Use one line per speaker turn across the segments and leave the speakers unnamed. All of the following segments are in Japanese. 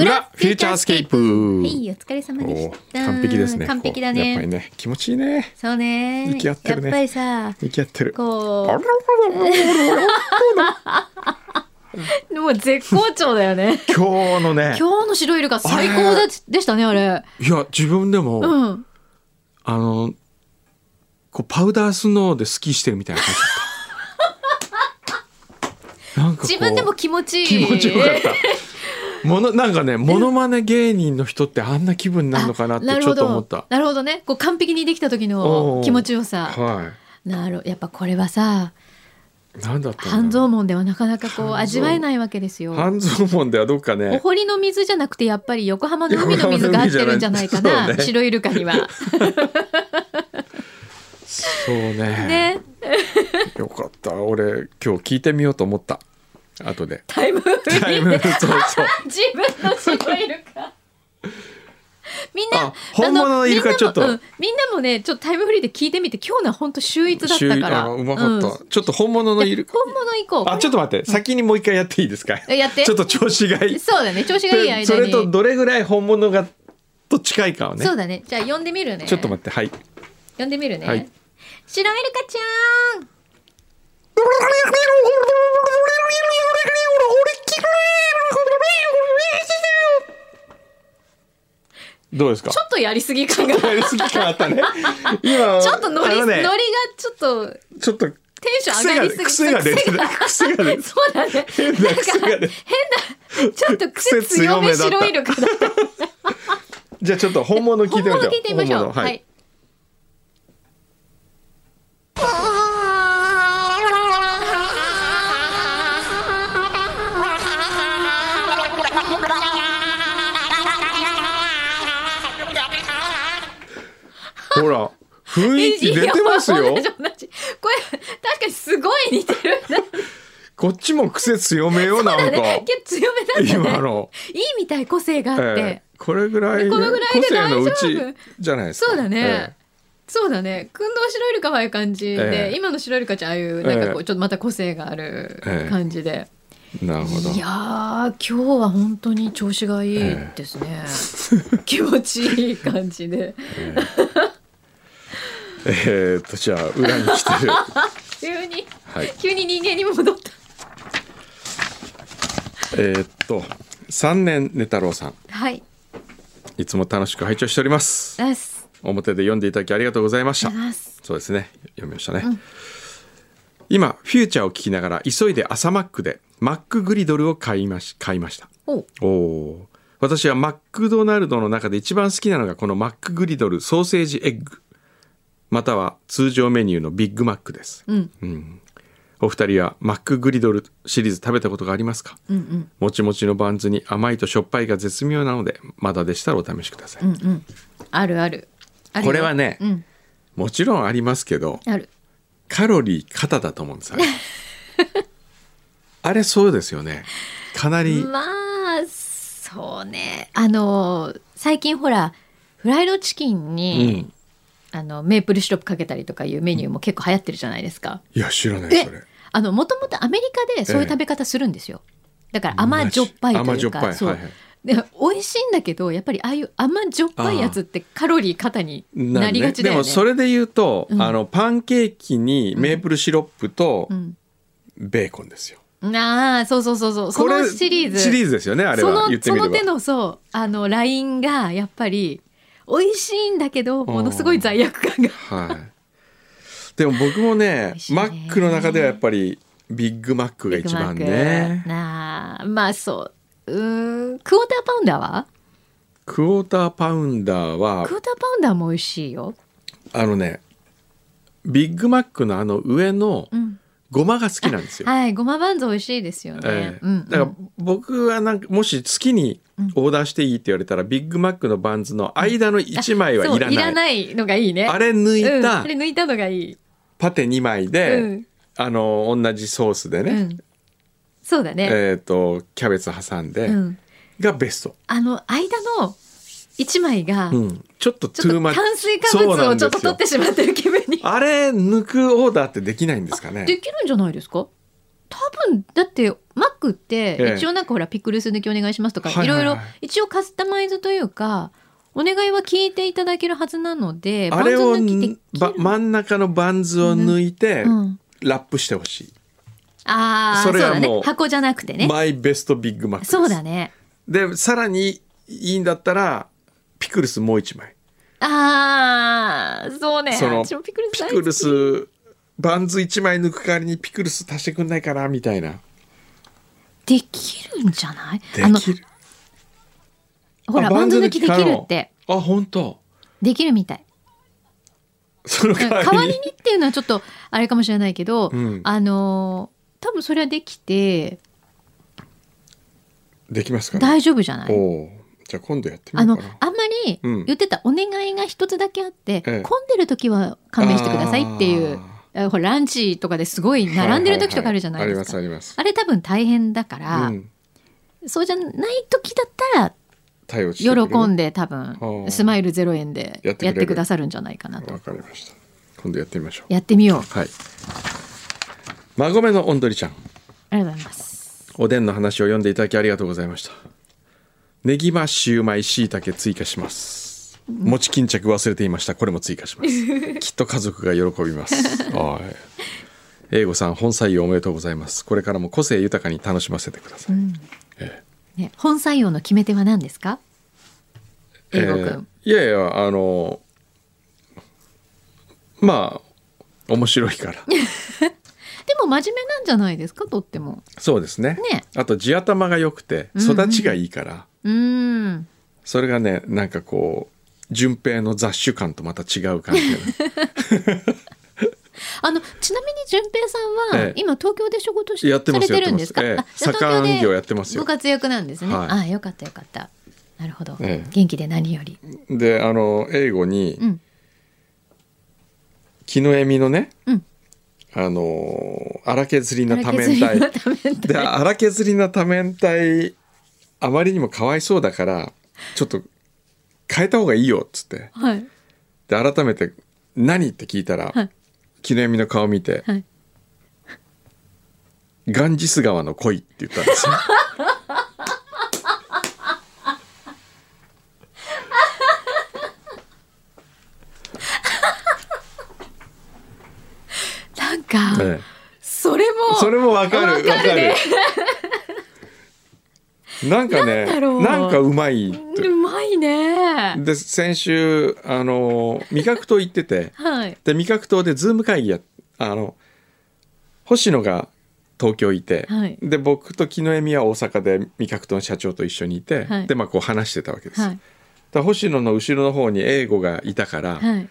ューチャースケープ。
はい、お疲れ様でし
おー
た。
完璧ですね。
完璧だ
こうやっぱ
ね
り。ね、気持ちいいね。
そうね。
向き合ってるね
やっぱりさ、
行き合ってる。あら
こ
ららら
う、もう絶好調だよね。
今日のね、
今日の白イルカ最高
あ
ででしたね、あれ。
いや、自分でも、
うん。
あの、こう、パウダースノーでスキーしてるみたいな感じだった。なんかこう
自分でも気持ちいい。
気持ちよかった。もの、なんかね、モノマネ芸人の人ってあんな気分になるのかなって
あ
ちょっと思っ
なるほ
た
ど。なるほどね。こう完璧にできた時の
おー
気持ちよさ。
は
なるやっぱこれはさ、
い。なんだったん
半
だろ
蔵門ではなかなかこう
半蔵
味わえないわけです
う
よ。
半蔵門ではどっか
お
ね、
堀の水じゃなくてやっぱり横浜の海の水が合ってるんじゃないか
横浜の
な、
海じゃない
白イルカ には。
そうね。
ね。
よかった。俺、今日聞いてみようと思った。後で。
タイムフリー
タイム、 そうそう。
自分の白イルカみんな
あ本物のイルカ
あ
ちょっと
みんなも,、うん、みんなもねちょっとタイムフリーで聞いてみて今日のは本当秀逸だったから
あうまかった、
うん
ちょっと本物のいる
本物行こう
あちょっと待って先にもう一回やっていいですか
えやって
ちょっと調子がいい
そうだね調子がいい間
で
に
それとどれぐらい本物がと近いかをね
そうだねじゃあ呼んでみるね
ちょっと待ってはい
呼んでみるね、
はい
白イルカちゃん
どうですか
ちょっとやりすぎ 感がち
やりすぎ感あったね今
ょっとノ
あ
リ、
の
ノリ
ね
がちょっとテ
ちょっと
ンション上がりすぎ
癖が癖が出てた
癖
癖が
が
出 てた
そうだね
変な癖が出て
ちょっと癖強め
癖強めだった
白イルカだった
じゃあちょっと本物聞いてみましょう
本物聞いてみましょう
本物はい、ほら雰囲気出てます
いや
よ
同じ同じこれ確かにすごい似てるな
こっちも癖強めよなんか、
ね結構強めだったね
今の、
いいみたい個性があって、
ええこれぐらい
このぐらい
個
で
性
大丈
の
夫
うちじゃないですか
そうだね、
え
そうだね訓動白イルカはああいう感じで、
ええ
今の白イルカちゃんああいうなんかこう、
ええ
ちょっとまた個性がある
ええ
感じで、
えなるほど
いやー今日は本当に調子がいいですね、気持ちいい感じで
えーっとじゃあ裏に来 てる
急に
はい
急に人間に戻った
えーっと三年寝太郎さん
はい。
いつも楽しく拝聴しております
あす。
表で読んでいただきありがとうございました
ます。
そうですね読みましたね、今フューチャーを聞きながら急いで朝マックでマックグリドルを買いまし買いました
お、
おおー私はマックドナルドの中で一番好きなのがこのマックグリドルソーセージエッグまたは通常メニューのビッグマックです、
うん、
お二人はマックグリドルシリーズ食べたことがありますか、
うん、うん、
もちもちのバンズに甘いとしょっぱいが絶妙なのでまだでしたらお試しください、
うん、うん。あるある。あるよ
これはね
うん、
もちろんありますけど
ある。
カロリー肩だと思うんですあ れあれそうですよねかなり、
まあ、そうね。あのー、最近ほら、フライドチキ
う
ンに、
ん、
あの、メープルシロップかけたりとかいうメニューも結構流行ってるじゃないですか。
いや知らないそれ
あの、もともとアメリカでそういう食べ方するんですよ。だから甘じょっぱいと
甘
い
じょ
う
っぱ
か、
い
そう
はいはい。
で美味しいんだけど、やっぱりああいう甘じょっぱいやつってカロリー肩に
なる
な
ね
りがちだよ
で
ね。
もそれで言うと、
うん
あのパンケーキにメープルシロップと
うん。
ベーコンですよ、
ああ、そうそうそうそう。そ
これ
のシリーズ。
シリーズですよねあれ
そ
は言っ
の
て
そ
みれ
の手
ば
のそうあのラインがやっぱり美味しいんだけどものすごい罪悪感
は
が。
いでも僕もね
美味しいね
マックの中ではやっぱりビッグマックが一番
ビッグマッ
ね
クなあまあそううーんクォーターパウンダーは
クォーターパウンダーは
クォーターパウンダーも美味しいよ。
あのねビッグマックのあの上の
うん、
ごまが好きなんですよ、
はいごまバンズ美味しいですよね。
ええ
うんうん、
だから僕はなんかもし好きにオーダーしていいって言われたら、ビッグマックのバンズの間の1枚はいら
そういら
ない
ないのがいいね。
あれ抜
う
い
ん、
た
あれ抜いたのがいい。
パテ2枚で、
うん
あの同じソースでね、
うん、そうだね。
えー、とキャベツ挟んで、
うん、
がベスト、
あの間の一枚が、
うん、ちょっとト
ちょっ
ゥ
と
ーマッチ
炭水化物をちょっと取ってしまってる気分に。
あれ抜くオーダーってできないんですか
で
ね
きるんじゃないですか多分、だって、マッマックって
ええ
一応なんかほらピクルス抜きお願いしますとか、
はい
い
はい
ろ
はいい
ろ一応カスタマイズというかお願いは聞いていただけるはずなので
あれを
バンズ抜きでき
ば
る
真ん中のバンズを抜いて、
うん
ラップしてほし
ああそ
それは
うだ
もう
ね箱じゃなくて
い、
ね
マイベストビッグマックです
そうだね
でさらにいいんだったらピクルスもう一枚
ああそうね
その
私もピクルス
ピ
大好き
クルスバンズ一枚抜く代わりにピクルス足してくんないかなみたいな
できるんじゃない
で
あの
きる
ほら
あ
バンズ抜きでき
可
る
能
って
あ本当
できるみたい
その
代
代わりに
わりにっていうのはちょっとあれかもしれないけど、
うん
あのー多分それはできて
できますかね
大丈夫じゃない
おおじゃあ今度やってみ
あ
よう
の
かな
あんまり
うん
言ってたお願いが一つだけあって、
ええ
混んでる時は勘弁してくださいっていう
あ
えほらランチとかですごい
ー
並んでる時とかあるじゃないですか、
はいはいはいあります
あれ多分大変だから
あ、ります、うん、
そうじゃない時だったら
対応して
喜
くれる
んで多分
はあ
スマイル0円で
や
や
っ
って
くれる
てくださるんじゃないかなと
わかりました今度やってみましょう
やってみよう
はい馬込のおんどりちゃん
ありがとうございます
おでんの話を読んでいただきありがとうございましたネギマシューマイ椎茸追加します餅巾着忘れていましたこれも追加します きっと家族が喜びますはい英語さん本採用おめでとうございますこれからも個性豊かに楽しませてください、
ね、本採用の決め手は何ですか英語くん、
えーいやいやあのまあ面白いから
でも真面目なんじゃないですかとっても
そうですね
ね
あと地頭が良くて育ちがいいから、
うーん
それがねなんかこう順平の雑種感とまた違う感じがね
あのちなみに順平さんは、
ええ
今東京で仕事し
やって
さ
ま
れ
す
てるんですか、
やって
あ
ます
じゃあ
ええ左官
東
業
京
や
で
ってますよ
ご活躍なんですね、
はい
ああよかったよかったなるほど、
ええ
元気で何より
であの英語に
うん
「木のえみのね、
うん
あの荒削りな多
削
面
りの
体
多面」体
で荒削りな多面体あまりにもかわいそうだからちょっと変えた方がいいよっつって
はい
で改めて「何?」って聞いたら、
はい
木のえみの顔見て
はい
「ガンジス川の恋」って言ったんです よ。
なんか、
ええ
それも
それもわかる
わかるね
わなんかね
なんだろう
なんかうまいっ
うまいね
てで先週あの味覚糖行ってて
はい
で味覚糖でズーム会議やあの星野が東京いて、
はい
で僕と木の恵美は大阪で味覚糖の社長と一緒にいて、
はい
でまあこう話してたわけです、
はい
で星野の後ろの方に英語がいたから、
はい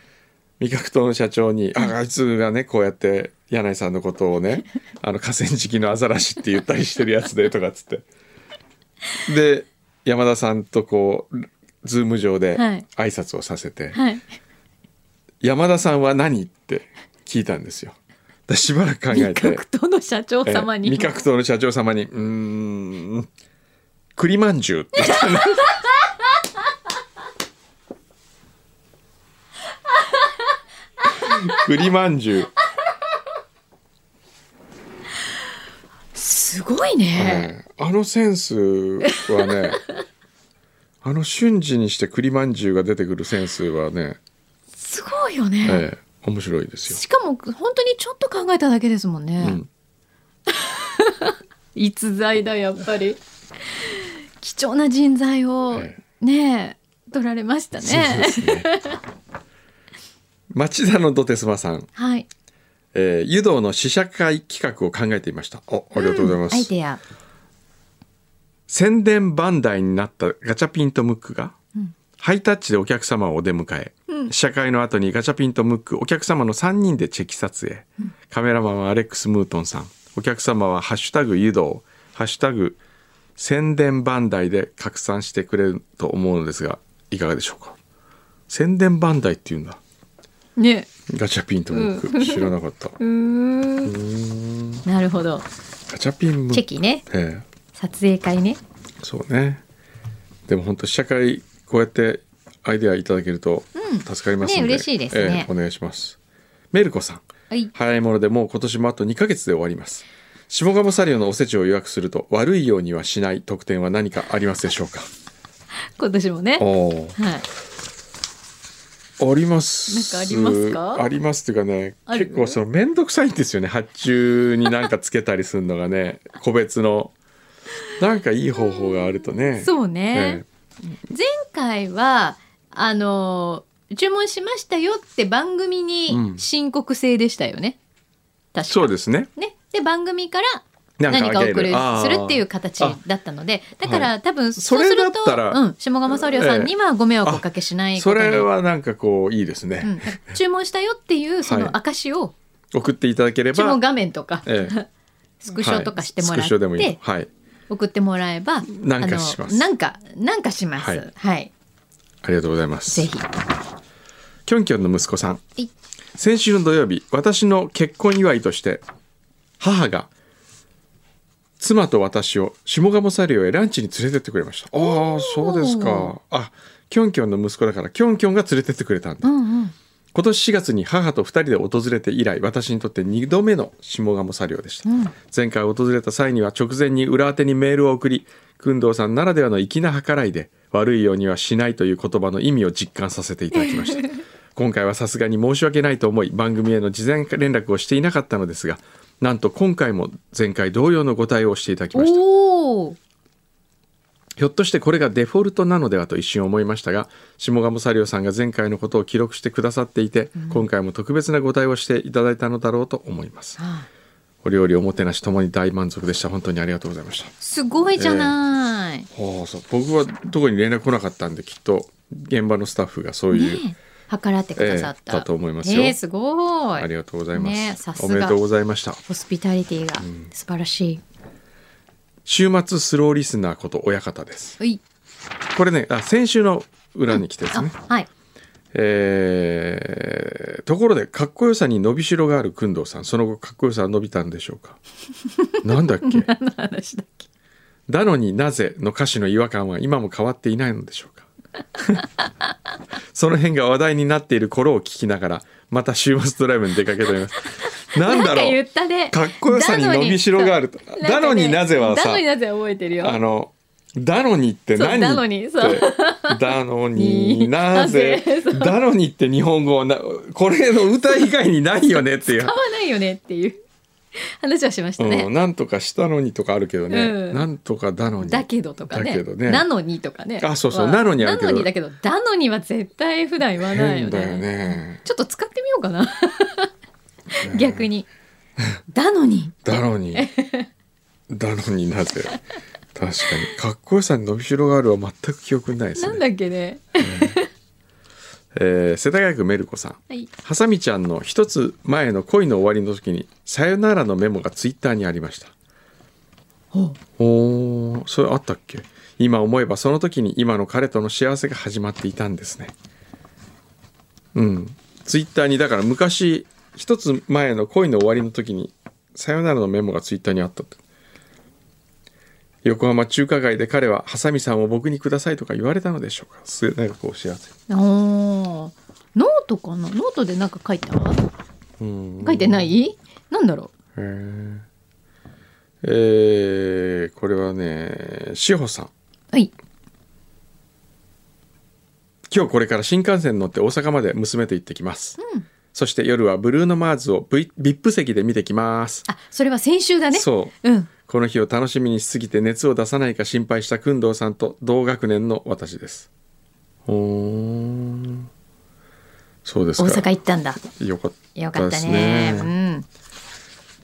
味覚糖の社長に「ああいつがねこうやって柳井さんのことを ねあの河川敷のアザラシって言ったりしてるやつで」とかっつってで山田さんとこうズーム上で
はい
挨拶をさせて「
はい
山田さんは何?」って聞いたんですよ。でしばらく考え
味
て
覚党の社長
え
様に、
味覚糖の社長様に「うーん栗まんじゅ う」って言ったんです栗まんじゅう
すごいね、
ええあのセンスはねあの瞬時にして栗まんじゅうが出てくるセンスはね、
すごいよね、
ええ面白いですよ。
しかも本当にちょっと考えただけですもんね、
うん
逸材だやっぱり 貴重な人材を
え
ねえ取られました
そうで
ね
すね町田のドテスマさん、
はい
えー、湯道の試写会企画を考えていました。おありがとうございます。
アイデア
宣伝番台になったガチャピンとムックが、ハイタッチでお客様をお出迎え、試写会の後にガチャピンとムックお客様の3人でチェキ撮影、カメラマンはアレックス・ムートンさんお客様は「ハッシュタグ誘導」「ハッシュタグ宣伝番台」で拡散してくれると思うのですがいかがでしょうか宣伝番台っていうんだ
ね
ガチャピンとムック、知らなかった
うーんなるほど
ガチャピンムック
チェキね
ええ
撮影会ね
そうねでも本当試写会こうやってアイデアいただけると助かりますので、
ね嬉しいですね
ええお願いしますメルコさん
はい
早いものでもう今年もあと2ヶ月で終わります下鴨サリオのおせちを予約すると悪いようにはしない特典は何かありますでしょうか
今年もね。はい。
おーあります
なんかありますか
ありますっていうかね
ある
結構その面倒くさいんですよね発注に何かつけたりするのがね個別のなんかいい方法があるとね
そう
ええ。
ね前回はあの注文しましたよって番組
うん
に申告制でしたよね。確か
そうですね
ね。で番組から
なん
何かお
あげ
送り
あー
するっていう形だったので、だから、
は
多分そうす
それだ
る
っ
と
たら
うん下鴨総領さんにはご迷惑をおかけしないこ
そ
とに、
れはなんかこういいですね、
うん、注文したよっていうその証しを、
送っていただけれ
注文
ば
画面とか、
ええ
スクショとかしても
はい
ら
スク
っ
ショでもいい
て
とはい
送ってもらえば、
なんかします
あのなんかなんかします。は
はいい、ありがとうございます
ぜひ。
キョンキョンの息子さん
い
先週の土曜日私の結婚祝いとして母が妻と私を下鴨サリオへランチに連れてってくれましたああそうですかあキョンキョンの息子だからキョンキョンが連れてってくれたんだ
うんうん。
今年4月に母と2人で訪れて以来私にとって2度目の下鴨作業でした、
うん
前回訪れた際には直前に裏宛てにメールを送り工藤さんならではの粋な計らいで悪いようにはしないという言葉の意味を実感させていただきました 今回はさすがに申し訳ないと思い番組への事前連絡をしていなかったのですがなんと今回も前回同様のご対応をしていただきました
おお。
ひょっとしてこれがデフォルトなのではと一瞬思いましたが下鴨サリオさんが前回のことを記録してくださっていて、今回も特別なご対応していただいたのだろうと思います
あ
お料理おもてなしともに大満足でした本当にありがとうございました
すごいじゃない。
はあそう僕は特に連絡来なかったんできっと現場のスタッフがそういう、
ねえ、計らってくださった。
ええだと思いますよ
ええすごい。
ありがとうございます、
ねえさすが
おめでとうございました
ホスピタリティが素晴らしい。
週末スローリスナーこと親方です
うい。
これねあ先週の裏に来てです
あ、
ね、
はい。
えーところでかっこよさに伸びしろがある工藤さんその後かっこよさは伸びたんでしょう かなんだっけ
何の話だっけ。
だのになぜの歌詞の違和感は今も変わっていないのでしょうかその辺が話題になっている頃を聞きながらまた週末ドライブに出かけておりますなんだ
なんか
ろ
言っ
う
たね。
かっこよさに伸びしろがあると
だの
だのに
に
なぜはさ
だのになぜは覚えてるよ。
あのだのにって
そう
何
だのにそう
ってだのになぜ
なぜそう
だのにって日本語はなこれの歌以外にないよねっていう
合わないよねっていう話はしました
うん、
ね。
なんとかしたのにとかあるけどね、
うん
なんとかだのに
だけどとかね
だけどね
なのにとかね。
あそうそう
は
なのにあるけど
なのにだけど、だのには絶対普段言わないよ
変
ね。
だよね
ちょっと使ってみようかな。逆に。だのに。
だの にだのになぜ確かにかっこよさに伸びしろがあるは全く記憶にないです
なん
ね、
だっけね。
えー世田谷区メルコさん
はい。
ハサミちゃんの一つ前の恋の終わりの時に「さよなら」のメモがツイッターにありました
ほ
おーそれあったっけ今思えばその時に今の彼との幸せが始まっていたんですねうんツイッターにだから昔一つ前の恋の終わりの時に「さよなら」のメモがツイッターにあったと横浜中華街で彼は「ハサミさんを僕にください」とか言われたのでしょうかすなんかこう幸せ
うおーノートかなノートでなんか書いた
うん
書いてないなんだろ
へーえー、これはね志保さん
うはい。
今日これから新幹線に乗って大阪まで娘と行ってきます、
うん
そして夜はブルーノ・マーズを V- VIP 席で見てきます、
あ、それは先週だね。。
そう
うん。
この日を楽しみにしすぎて熱を出さないか心配した工藤さんと同学年の私ですほーんそうです
大
か
阪行ったんだ。
よかった
よか
で
った
す
ね。うん。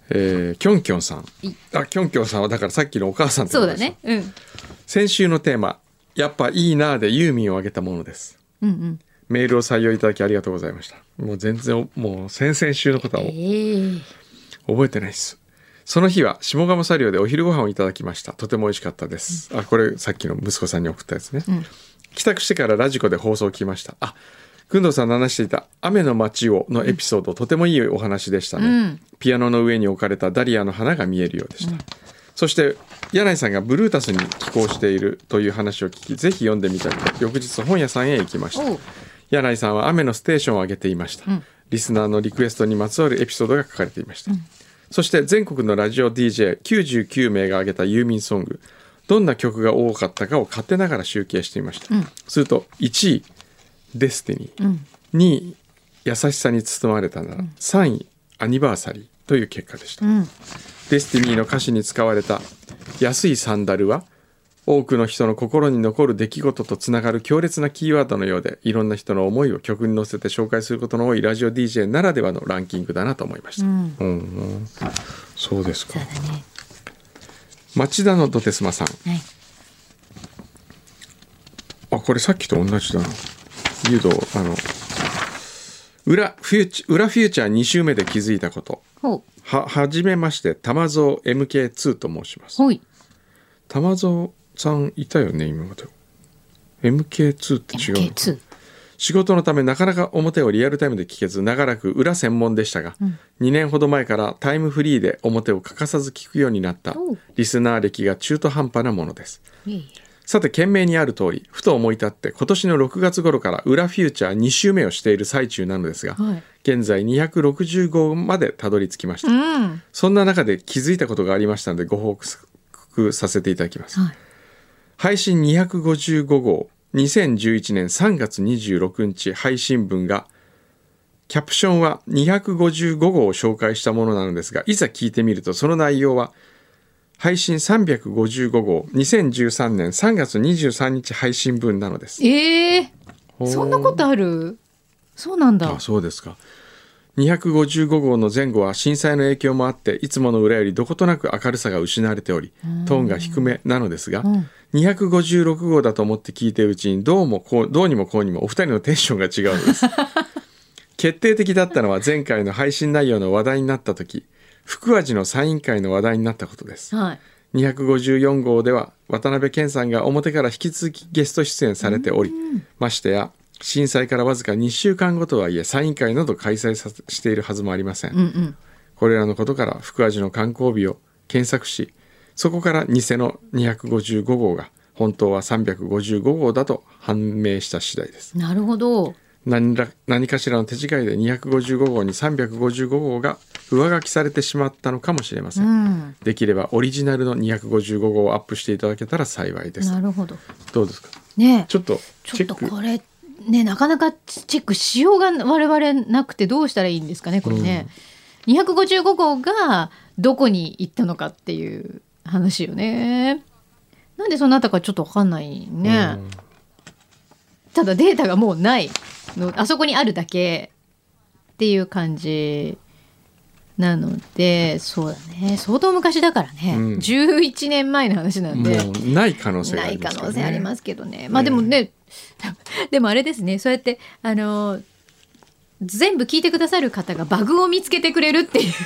えー、キョンキョンさん
い
あキョンキョンさんはだからさっきのお母さんってこ
そ
と
うだ
です
ね。うん。
先週のテーマ「やっぱいいな」でユーミンをあげたものです
うんうん。
メールを採用いただきありがとうございましたもう全然もう先々週のことは
ええ
覚えてないですその日は下鴨サリオでお昼ご飯をいただきましたとても美味しかったです、あこれさっきの息子さんに送ったやつね、
ん
帰宅してからラジコで放送を聞きましたあ工藤さんの話していた「雨の街を」のエピソード、とてもいいお話でしたね、
うん
ピアノの上に置かれたダリアの花が見えるようでした、そして柳井さんがブルータスに寄稿しているという話を聞きぜひ読んでみたりと翌日本屋さんへ行きました
おう
柳井さんは雨のステーションを挙げていました、リスナーのリクエストにまつわるエピソードが書かれていました、そして全国のラジオ DJ99 名が挙げたユーミンソングどんな曲が多かったかを勝手ながら集計してみました、
うん
すると1位「デスティニー」
うん
2位「優しさに包まれたなら」3位「アニバーサリー」という結果でした
う、ん
デスティニーの歌詞に使われた安いサンダルは多くの人の心に残る出来事とつながる強烈なキーワードのようでいろんな人の思いを曲に乗せて紹介することの多いラジオ DJ ならではのランキングだなと思いました、
うん
うんうんそうです
そうだね
町田のドテスマさん
はい
あこれさっきと同じだな誘導あの裏フューチ裏フューチャー2週目で気づいたこと
ほう
ははじめまして玉蔵 MK2 と申します
ほい
玉蔵さんいたよね今まで MK2 って違うのか
MK2
仕事のためなかなか表をリアルタイムで聞けず長らく裏専門でしたが、2年ほど前からタイムフリーで表を欠かさず聞くようになった
おう
リスナー歴が中途半端なものです
いえい
さて件名にある通りふと思い立って今年の6月頃から裏フューチャー2週目をしている最中なのですが、
はい
現在265までたどり着きました、
えうん
そんな中で気づいたことがありましたのでご報告させていただきます、
はい
配信255号2011年3月26日配信分がキャプションは255号を紹介したものなのですがいざ聞いてみるとその内容は配信355号2013年3月23日配信分なのです
ええそんなことあるそうなんだ
あそうですか255号の前後は震災の影響もあっていつもの裏よりどことなく明るさが失われておりトーンが低めなのですが、
ん
256号だと思って聞いているうちにどうもこうどうにもこうにもお二人のテンションが違うのです決定的だったのは前回の配信内容の話題になった時福味のサイン会の話題になったことです
はい
254号では渡辺謙さんが表から引き続きゲスト出演されておりましてや震災からわずか2週間後とはいえサイン会など開催さしているはずもありません、
うんうん
これらのことから福味の観光日を検索しそこから偽の255号が本当は355号だと判明した次第です
なるほど
何ら何かしらの手違いで255号に355号が上書きされてしまったのかもしれませ、
うんん
できればオリジナルの255号をアップしていただけたら幸いです
なるほど
どうですか
ねえ
ちょっと
ち
チェ
ょっ
ッ
と
ク
これねなかなかチェックしようが我々なくてどうしたらいいんですかねこれね、255号がどこに行ったのかっていう話よねなんでそうなったかちょっと分かんないね、
うん
ただデータがもうないのあそこにあるだけっていう感じなのでそうだね相当昔だからね、
うん
11年前の話なんで
もうない可能性があ
ない
りま
可
す
能性ありますすけどね。まあでもね、 でもあれですね。そうやってあの全部聞いてくださる方がバグを見つけてくれるっていう。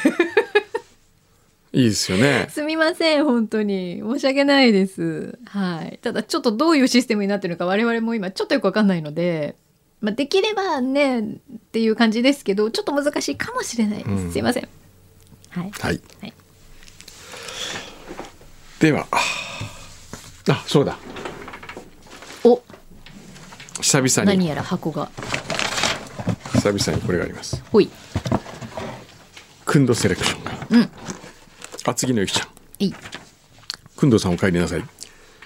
いいですよね
すみません本当に申し訳ないです。はい。ただちょっとどういうシステムになってるのか我々も今ちょっとよくわかんないので。まあ、できればねっていう感じですけどちょっと難しいかもしれないです、
うん
すいませんはい
はい
はい
ではあそうだ
お
久々
何
に
やら箱が
久々にこれがあります
ほい
くんどセレクションが
うん
厚木のゆきちゃん
いい
くんどさんお帰りなさい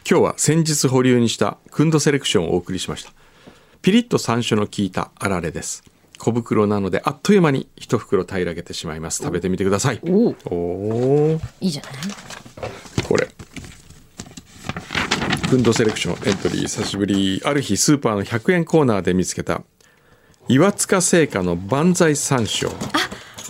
今日は先日保留にしたくんどセレクションをお送りしましたピリッと山椒の効いたあられです小袋なのであっという間に一袋平らげてしまいます食べてみてください
おう
おおー
いいじゃない
これフンドセレクションエントリー久しぶりある日スーパーの100円コーナーで見つけた岩塚製菓の万歳山椒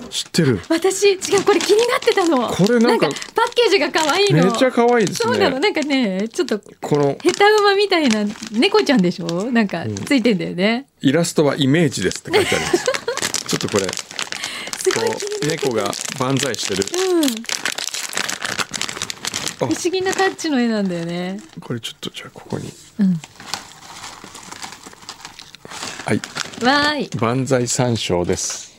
知ってる
私違うこれ気になってたの
これなんか
パッケージが可愛いの
めっちゃ可愛いです
そうなの
ね
なんかねちょっと
この
ヘタ馬みたいな猫ちゃんでしょなんかついてんだよね、
イラストはイメージですって書いてあり ますちょっとこれ
すごい
こう
気になって
猫が万歳してる
うん
あ
不思議なタッチの絵なんだよね
これちょっとじゃあここに
うん
はい
わーい
万歳山椒です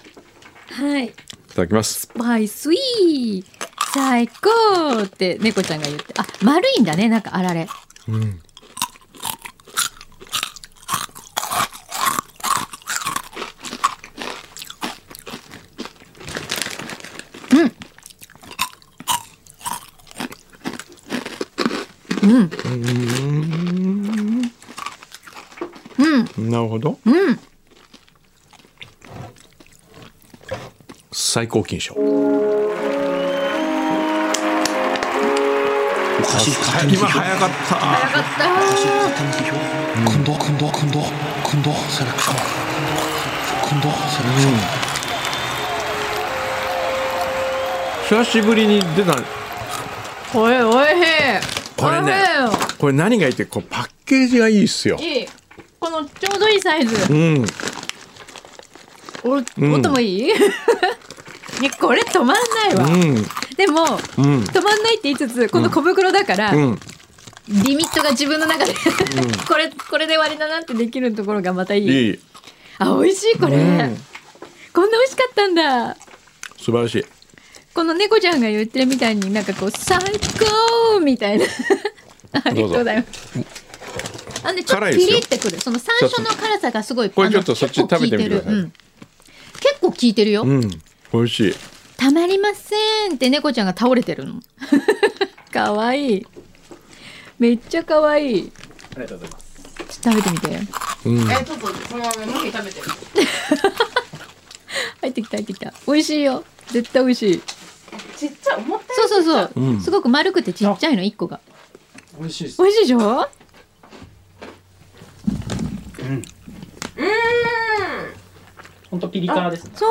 はい
いただきます
バイスイー最高って猫ちゃんが言ってあ丸いんだねなんかあられ
うん
うん
うー
うん
んなるほど
うん
最高金賞
おかしい勝手に批
今
評
早かった
早かっ
おか
た
しい勝手に批評今度今度今度今度セレクション今度セレクショ
久
ン
しぶりに出た
これおいしい
これね
おいしいよ
これ何がいいってこうパッケージがいいっすよ
いいこのちょうどいいサイズ
うん
お音もいい、 いやこれ止まんないわ、
うん
でも、
ん
止まんないって言いつつこの小袋だから、
うん
リミットが自分の中で これこれで終わりだなってできるところがまたいい
いい
あ美味しいこれ、
うん
こんな美味しかったんだ
素晴らしい
この猫ちゃんが言ってるみたいになんかこう最高みた いなありがとうございますあでちょっ
辛
と
いです
ピ
よ
リってくるその山椒の辛さがすごい
これ
あの
ちょっとそっち
結構効
食
い
べてみてください
うん結構効いてるよ、
うん美味しい
たまりませんって猫ちゃんが倒れてるのかわいいめっちゃかわいいありがとうございます食べてみて
え、ちょっとそのまま麦食べてる。
入ってきた入ってきた美味しいよ絶対美味しい
ちっちゃい、思った
そうそうそう、
うん
すごく丸くてちっちゃいの一個が
美味しいです
美味しいでしょ
本当ピリ辛ですね。
そう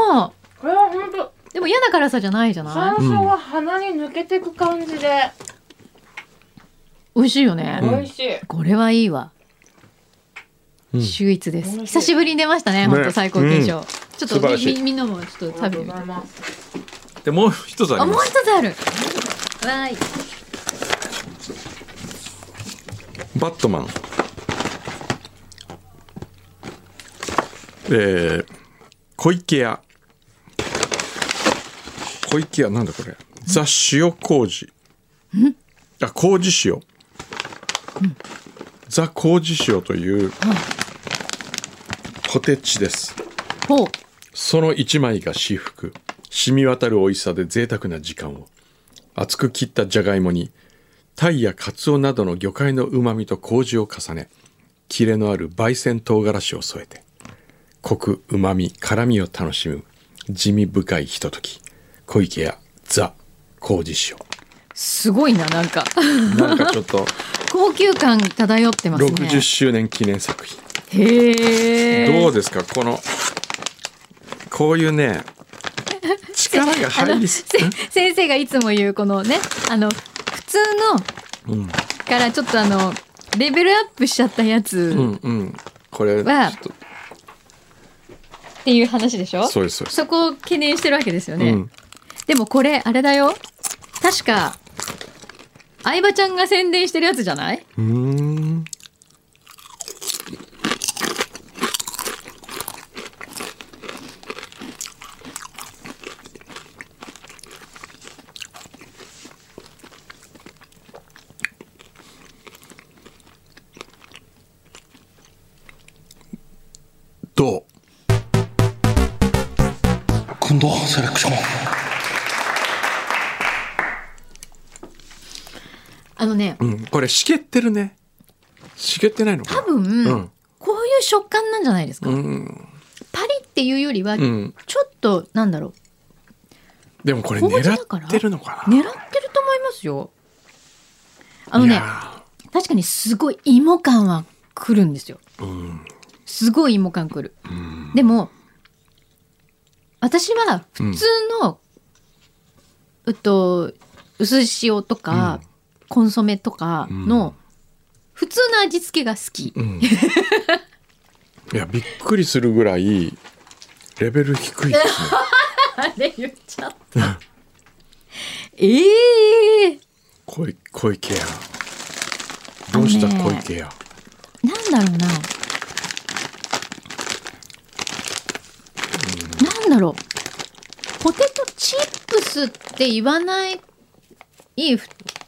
これは本当
でも嫌な辛さじゃないじゃない
山椒が鼻に抜けてく感じで、
美味しいよね、
美味しい。
これはいいわ、
うん
秀逸で
美
す
味しい
久しぶりに出ましたね
ね
本当最高金賞、
うん
ちょっ
素晴
と
らしい
みみみんなもちょっと
あ
食
り
べ
が
て
とう
み
ご
でもう
て
ざいます。
一つあ
あ
り
もう
ます
一つあるわーい
バットマンえー、小池屋小池屋なんだこれザ塩麹あ麹塩ザ麹塩というポテチです
ほう
その一枚が至福染み渡る美味しさで贅沢な時間を厚く切ったじゃがいもにタイやカツオなどの魚介のうまみと麹を重ねキレのある焙煎唐辛子を添えてコクうまみ辛みを楽しむ地味深いひととき小池屋ザ麹
すごいななんか
塩なんかちょっ と
高級感漂ってますね
60周年記念作品
へえ
どうですかこのこういう ね力が入りす
先生がいつも言うこのねあの普通
う
の、
ん
からちょっとあのレベルアップしちゃったやつ
うんうんこれちょ
は
っと
っていう話でしょ
そうですそうです
そこを懸念してるわけですよね、
うん
でもこれあれだよ確か相葉ちゃんが宣伝してるやつじゃないう
ーんどう
今度セレクション
あのね
うん、これしけってるねしけってないのか
多分、
うん
こういう食感なんじゃないですか、
うん、
パリっていうよりは、
うん、
ちょっとなんだろう
でもこれ
麹だか
狙
ら
ってるのかな
狙ってると思いますよあの
い
ね
や
確かにすごい芋感はくるんですよ
ーうん
すごい芋感くる
うん
でも私は普通の、うっと薄塩とか、コンソメとかの普通の味付けが好き、
うんいやびっくりするぐらいレベル低いですね
あれ言っちゃった ええ
小い小池屋どうした
あの
小
ね
池屋、
なんだろうな。なんだろう。ポテトチップスって言わない、いい、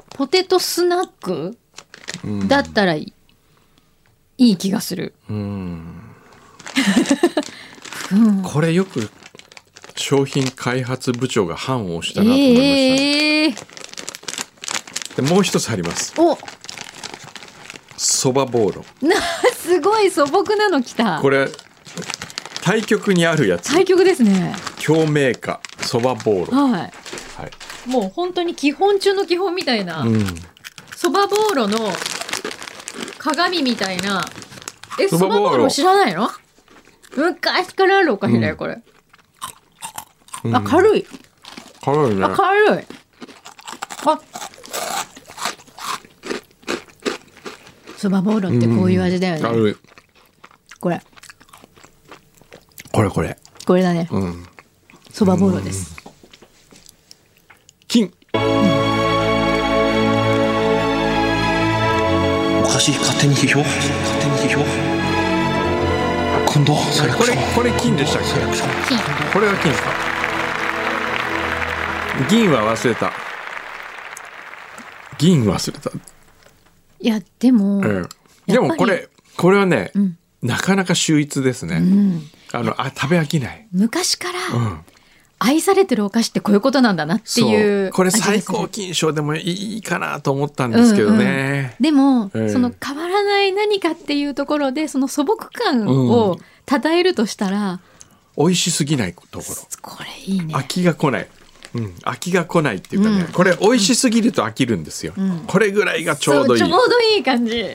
ポテトスナック
うん
だったらいい,、いい気がする。
うん
うん。
これよく商品開発部長が判を押したなと思いましたね、
ええ
でもう一つあります
お
そばボーロ
なすごい素朴なの来た
これ対極にあるやつ
対局ですね
共鳴化そばボーロ、
は
はい
いもう本当に基本中の基本みたいな
うん、
そば、ボーロの鏡みたいなえそ
そば
ば
ボーロ
ボーロ知らないの昔からあるお菓子だよこれ、あ軽い
軽いね
あ軽いあそばボーロってこういう味だよね、
軽い
これ
これこれ
これだね
うん
そばボーロです
金
おかしい勝手に批評勝手に批評今度セレクション
これこれ金でしたっけ
セレクション
金
これが金ですか銀は忘れた銀忘れた、
いやでも、
うん、でもこ
やっ
れこれはね、
うん
なかなか秀逸ですね、
うん、
あのあ食べ飽きない、
昔か
う
ら
ん、
愛されてるお菓子ってこういうことなんだなっていう
そうこれ最
味
高
がす
金賞でもいいかなと思ったんですけどね
る、でも、
ええ
その変わらない何かっていうところでその素朴感を称えるとしたら、
美味しすぎないとこ
これいいね
ろ飽きが来ない、うん、飽きが来ないっていうかね、
うん
これ美味しすぎると飽きるんですよ、
ん
これぐらいがちょうどいい
そちょうどいい感じ、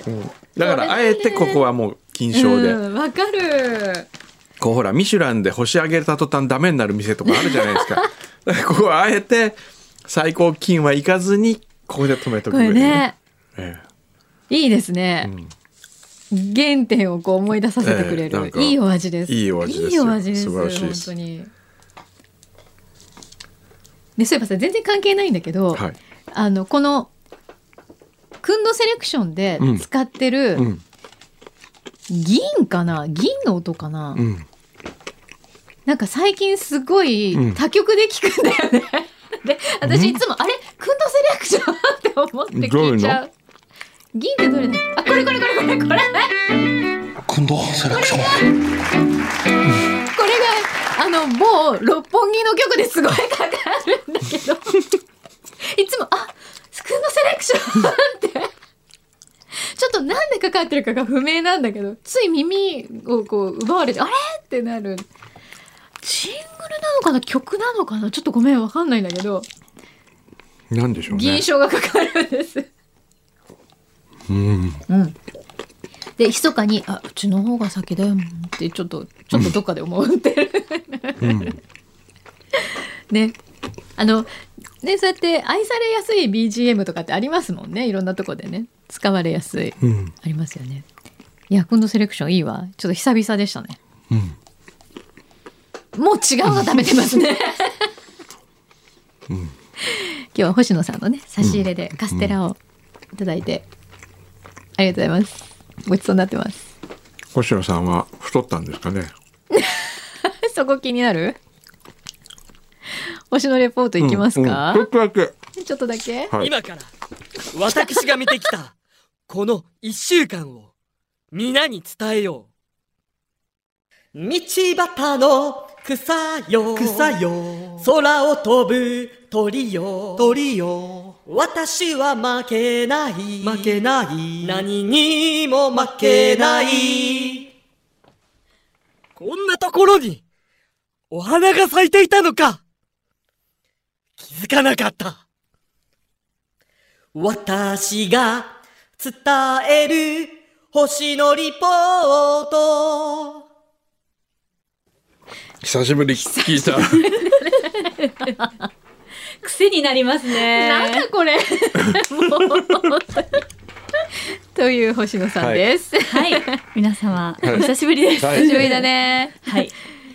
だからあえてここはもう金賞で、
うんわかる
こうほらミシュランで星上げた途端ダメになる店とかあるじゃない ですかだからここはあえて最高金は行かずにここで止めとく
こ
ぐら
れ
い
ね
ええ
いいですね、原点をこう思い出させてくれ
ええなん
る、
か
いいお味です
いいお味ですよ
いいお味です
素晴らしいです
本当にでそういえばさ全然関係ないんだけど、
はい
あのこのくんどセレクションで使ってる
うん
銀かな、銀の音かな、
うん
なんか最近すご
うん
い他局で聞くんだよね。 で私いつも「あれくんどセレクション?」って思って聞いちゃう。銀ってどれだあこれこれこれこれこれこれが
今度セレクション
あの某六本木の曲ですごいかかるんだけどいつも「あくんどセレクション」ってちょっとなんでかかってるかが不明なんだけどつい耳をこう奪われて「あれ?」ってなるシングルなのかな曲なのかなちょっとごめんわかんないんだけど。
なんでしょうね
銀賞がかかるんです。うん。で密かに「あうちの方が先だよ」ってちょっとちょっとどっかで思うってる、ねあのねそうやって愛されやすい BGM とかってありますもんねいろんなとこでね使われやすい、
うん
ありますよねいや今度セレクションいいわちょっと久々でしたね、もう違うの食べてますね、今日は星野さんのね差し入れでカステラをいただいて、ありがとうございますごちそうになってます
星野さんは太ったんですかね
そこ気になる星野レポートいきますか、
うんうんちょっとだけ
ちょっとだけ
はい
今から私が見てきたこの1週間を皆に伝えよう道端の草よ草よ空を飛ぶ鳥よ鳥よ私は負けない負けない何にも負けないこんなところにお花が咲いていたのか気づかなかった私が伝える星のリポート。
久しぶり聞いた
癖になります
なん
ね。
だこれもう本当にという星野さんです、
はい、皆様、お
い
久しぶりです。
はい
久しぶりだね
はい、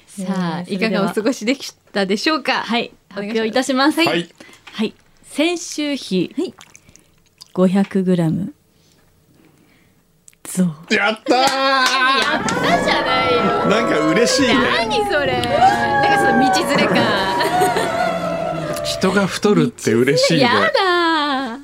さあ
えー
いかがお過
それでは
ごしできたでしょうか
はい、
お
発
願いします
表いたします。
は
はいい、先週比
はい
500グラム増。
やったー
やったじゃないよ
なんか嬉しいね
何それなんかその道連れか
人が太るって嬉しいね
やだ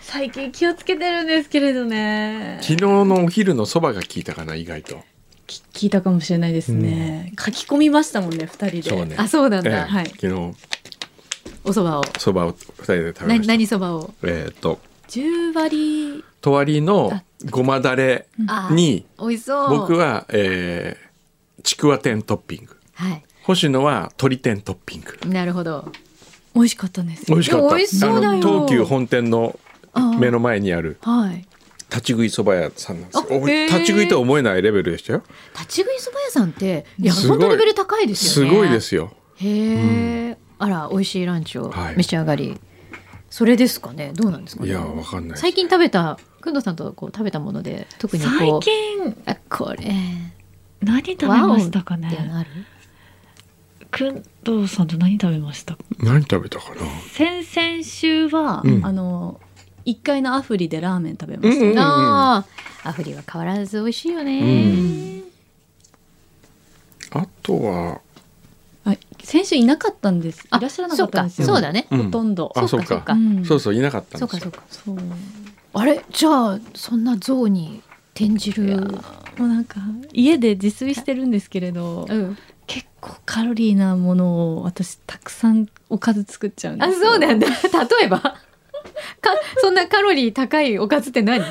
最近気をつけてるんですけれどね。
昨日のお昼のそばが効いたかな意外と
き聞いたかもしれないですね。書き込みましたもんね、二人で。
そうね
あそうなん
ええ
だ、
はい
昨日
お蕎麦を
そばを二人で食べ
な
ました
何蕎麦を
えーっと
10割
とわりのごまだれ
あー
に
美味しそう
僕は、えーちくわ天トッピング
はい
星野は鶏天トッピング
なるほど
美味しかったです
美味しかっ
い
た
や美味しそうだよ
あの東急本店の
あー
目の前にある
はい
立ち食いそば屋さんなんですよ
あ
お
へー
立ち食いとは思えないレベルでしたよ
立ち食いそば屋さんっていや
すごい
本当レベル高いです
す
よね
ごいですよ
へえ、あら美味しいランチを
はい
召し上がり、それですかねどうなんですか
い
ね
やわかんない
最近食べたくんどうさんとこう食べたもので特にこう
最近
あこれ
何食べましたか
ワオって
ね
なる
くんどうさんと何食べましたか
何食べたかな
先々週は、
うん
あの1階のアフリでラーメン食べま
うん
し
うんうんあ
ああアフリは変わらず美味しいよね、
とは
た、はい、先週いなかったんです
あ
いらっしゃらなかったんですよ
そうかそうだね、
うん
ほとんど、
あ
そう
そう
かそう
か
か
うん
そうそういなかったん
そう
です
かそ
よ
うか
そう
あれじゃあそんな像に転じ
いや
る
もうなんか家で自炊してるんですけれど
うん
結構カロリーなものを私たくさんおかず作っちゃうんで
あ
すよ
そうなんだ例え ばかそんなカロリー高いおかずって何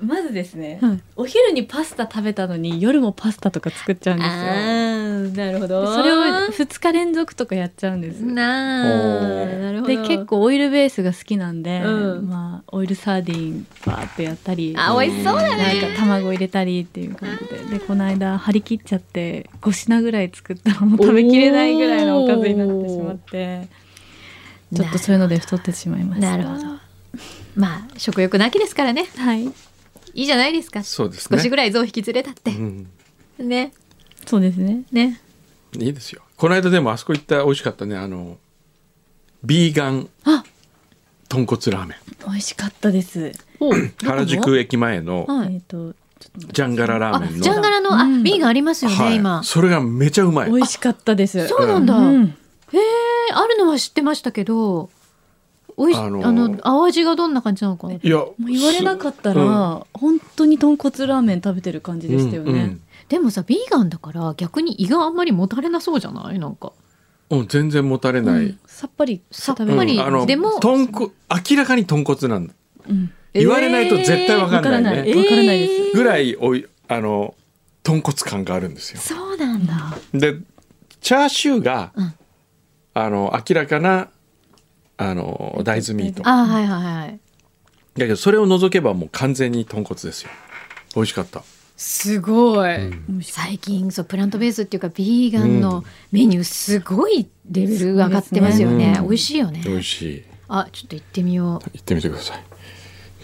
まずですね、
はい
お昼にパスタ食べたのに夜もパスタとか作っちゃうんですよ
ーなるほど
でそれを2日連続とかやっちゃうんです
な
お
あ
ー
なるほ
で
ど
結構オイルベースが好きなんで、
うん
まあオイルサーディンバーってやったり
あ美味しそうだ
なん
ね
か卵入れたりっていう感じででこの間張り切っちゃって5品ぐらい作ったらもう食べきれないぐらいのおかずになってしまってちょっとそういうので太ってしまいました
なるほどまあ食欲なきですからね
はい
いいじゃないですか
そうですね
少しぐらい像引き連れたって
うん
ね
そうですね
ね
いいですよこの間でもあそこ行った美味しかったねあのビーガン
あ
豚骨ラーメン
美味しかったです
原宿駅前の
えっ、とちょっ
ジャンガララー
あ
メンの
ジャンガラのあ
うん
ビーがありますよ
は
ね
い
今
それがめちゃうまい
と美味しかったです
そうなんだ
う
え
ん
ーあるのは知ってましたけどおいしあ
あの
の淡味がどんな感じなのかない
や
もう言われなかったら、
うん
本当に豚骨ラーメン食べてる感じでしたよね、
でもさビーガンだから逆に胃があんまりもたれなそうじゃないなんか
うんうん全然もたれない、
うんさっぱり
さっぱ
うん
り
あの
でも
豚骨明らかに豚骨なんだ
うん
言われないと絶対わかんないね、
えーわからないです
えー
ぐらいおいあの豚骨感があるんですよ
そうなんだ
でチャーシューが、
うん
あの明らかなあの大豆ミートだ
あはいはいはい
けどそれを除けばもう完全に豚骨ですよ美味しかった
すごい、
美味しかっ
最近そうプラントベースっていうかビーガンのメニューすごいレベルが上がってますよ
そうで
ね
すね
美味しいよね
美味しい
あちょっと行ってみよう
行ってみてください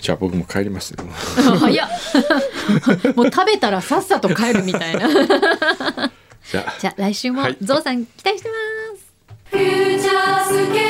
じゃあ僕も帰りますね
早っ もう食べたらさっさと帰るみた いな
じゃあ
じゃあ来週も
はい
ゾウさん期待してま
「フ
す、
ューチャースケープ」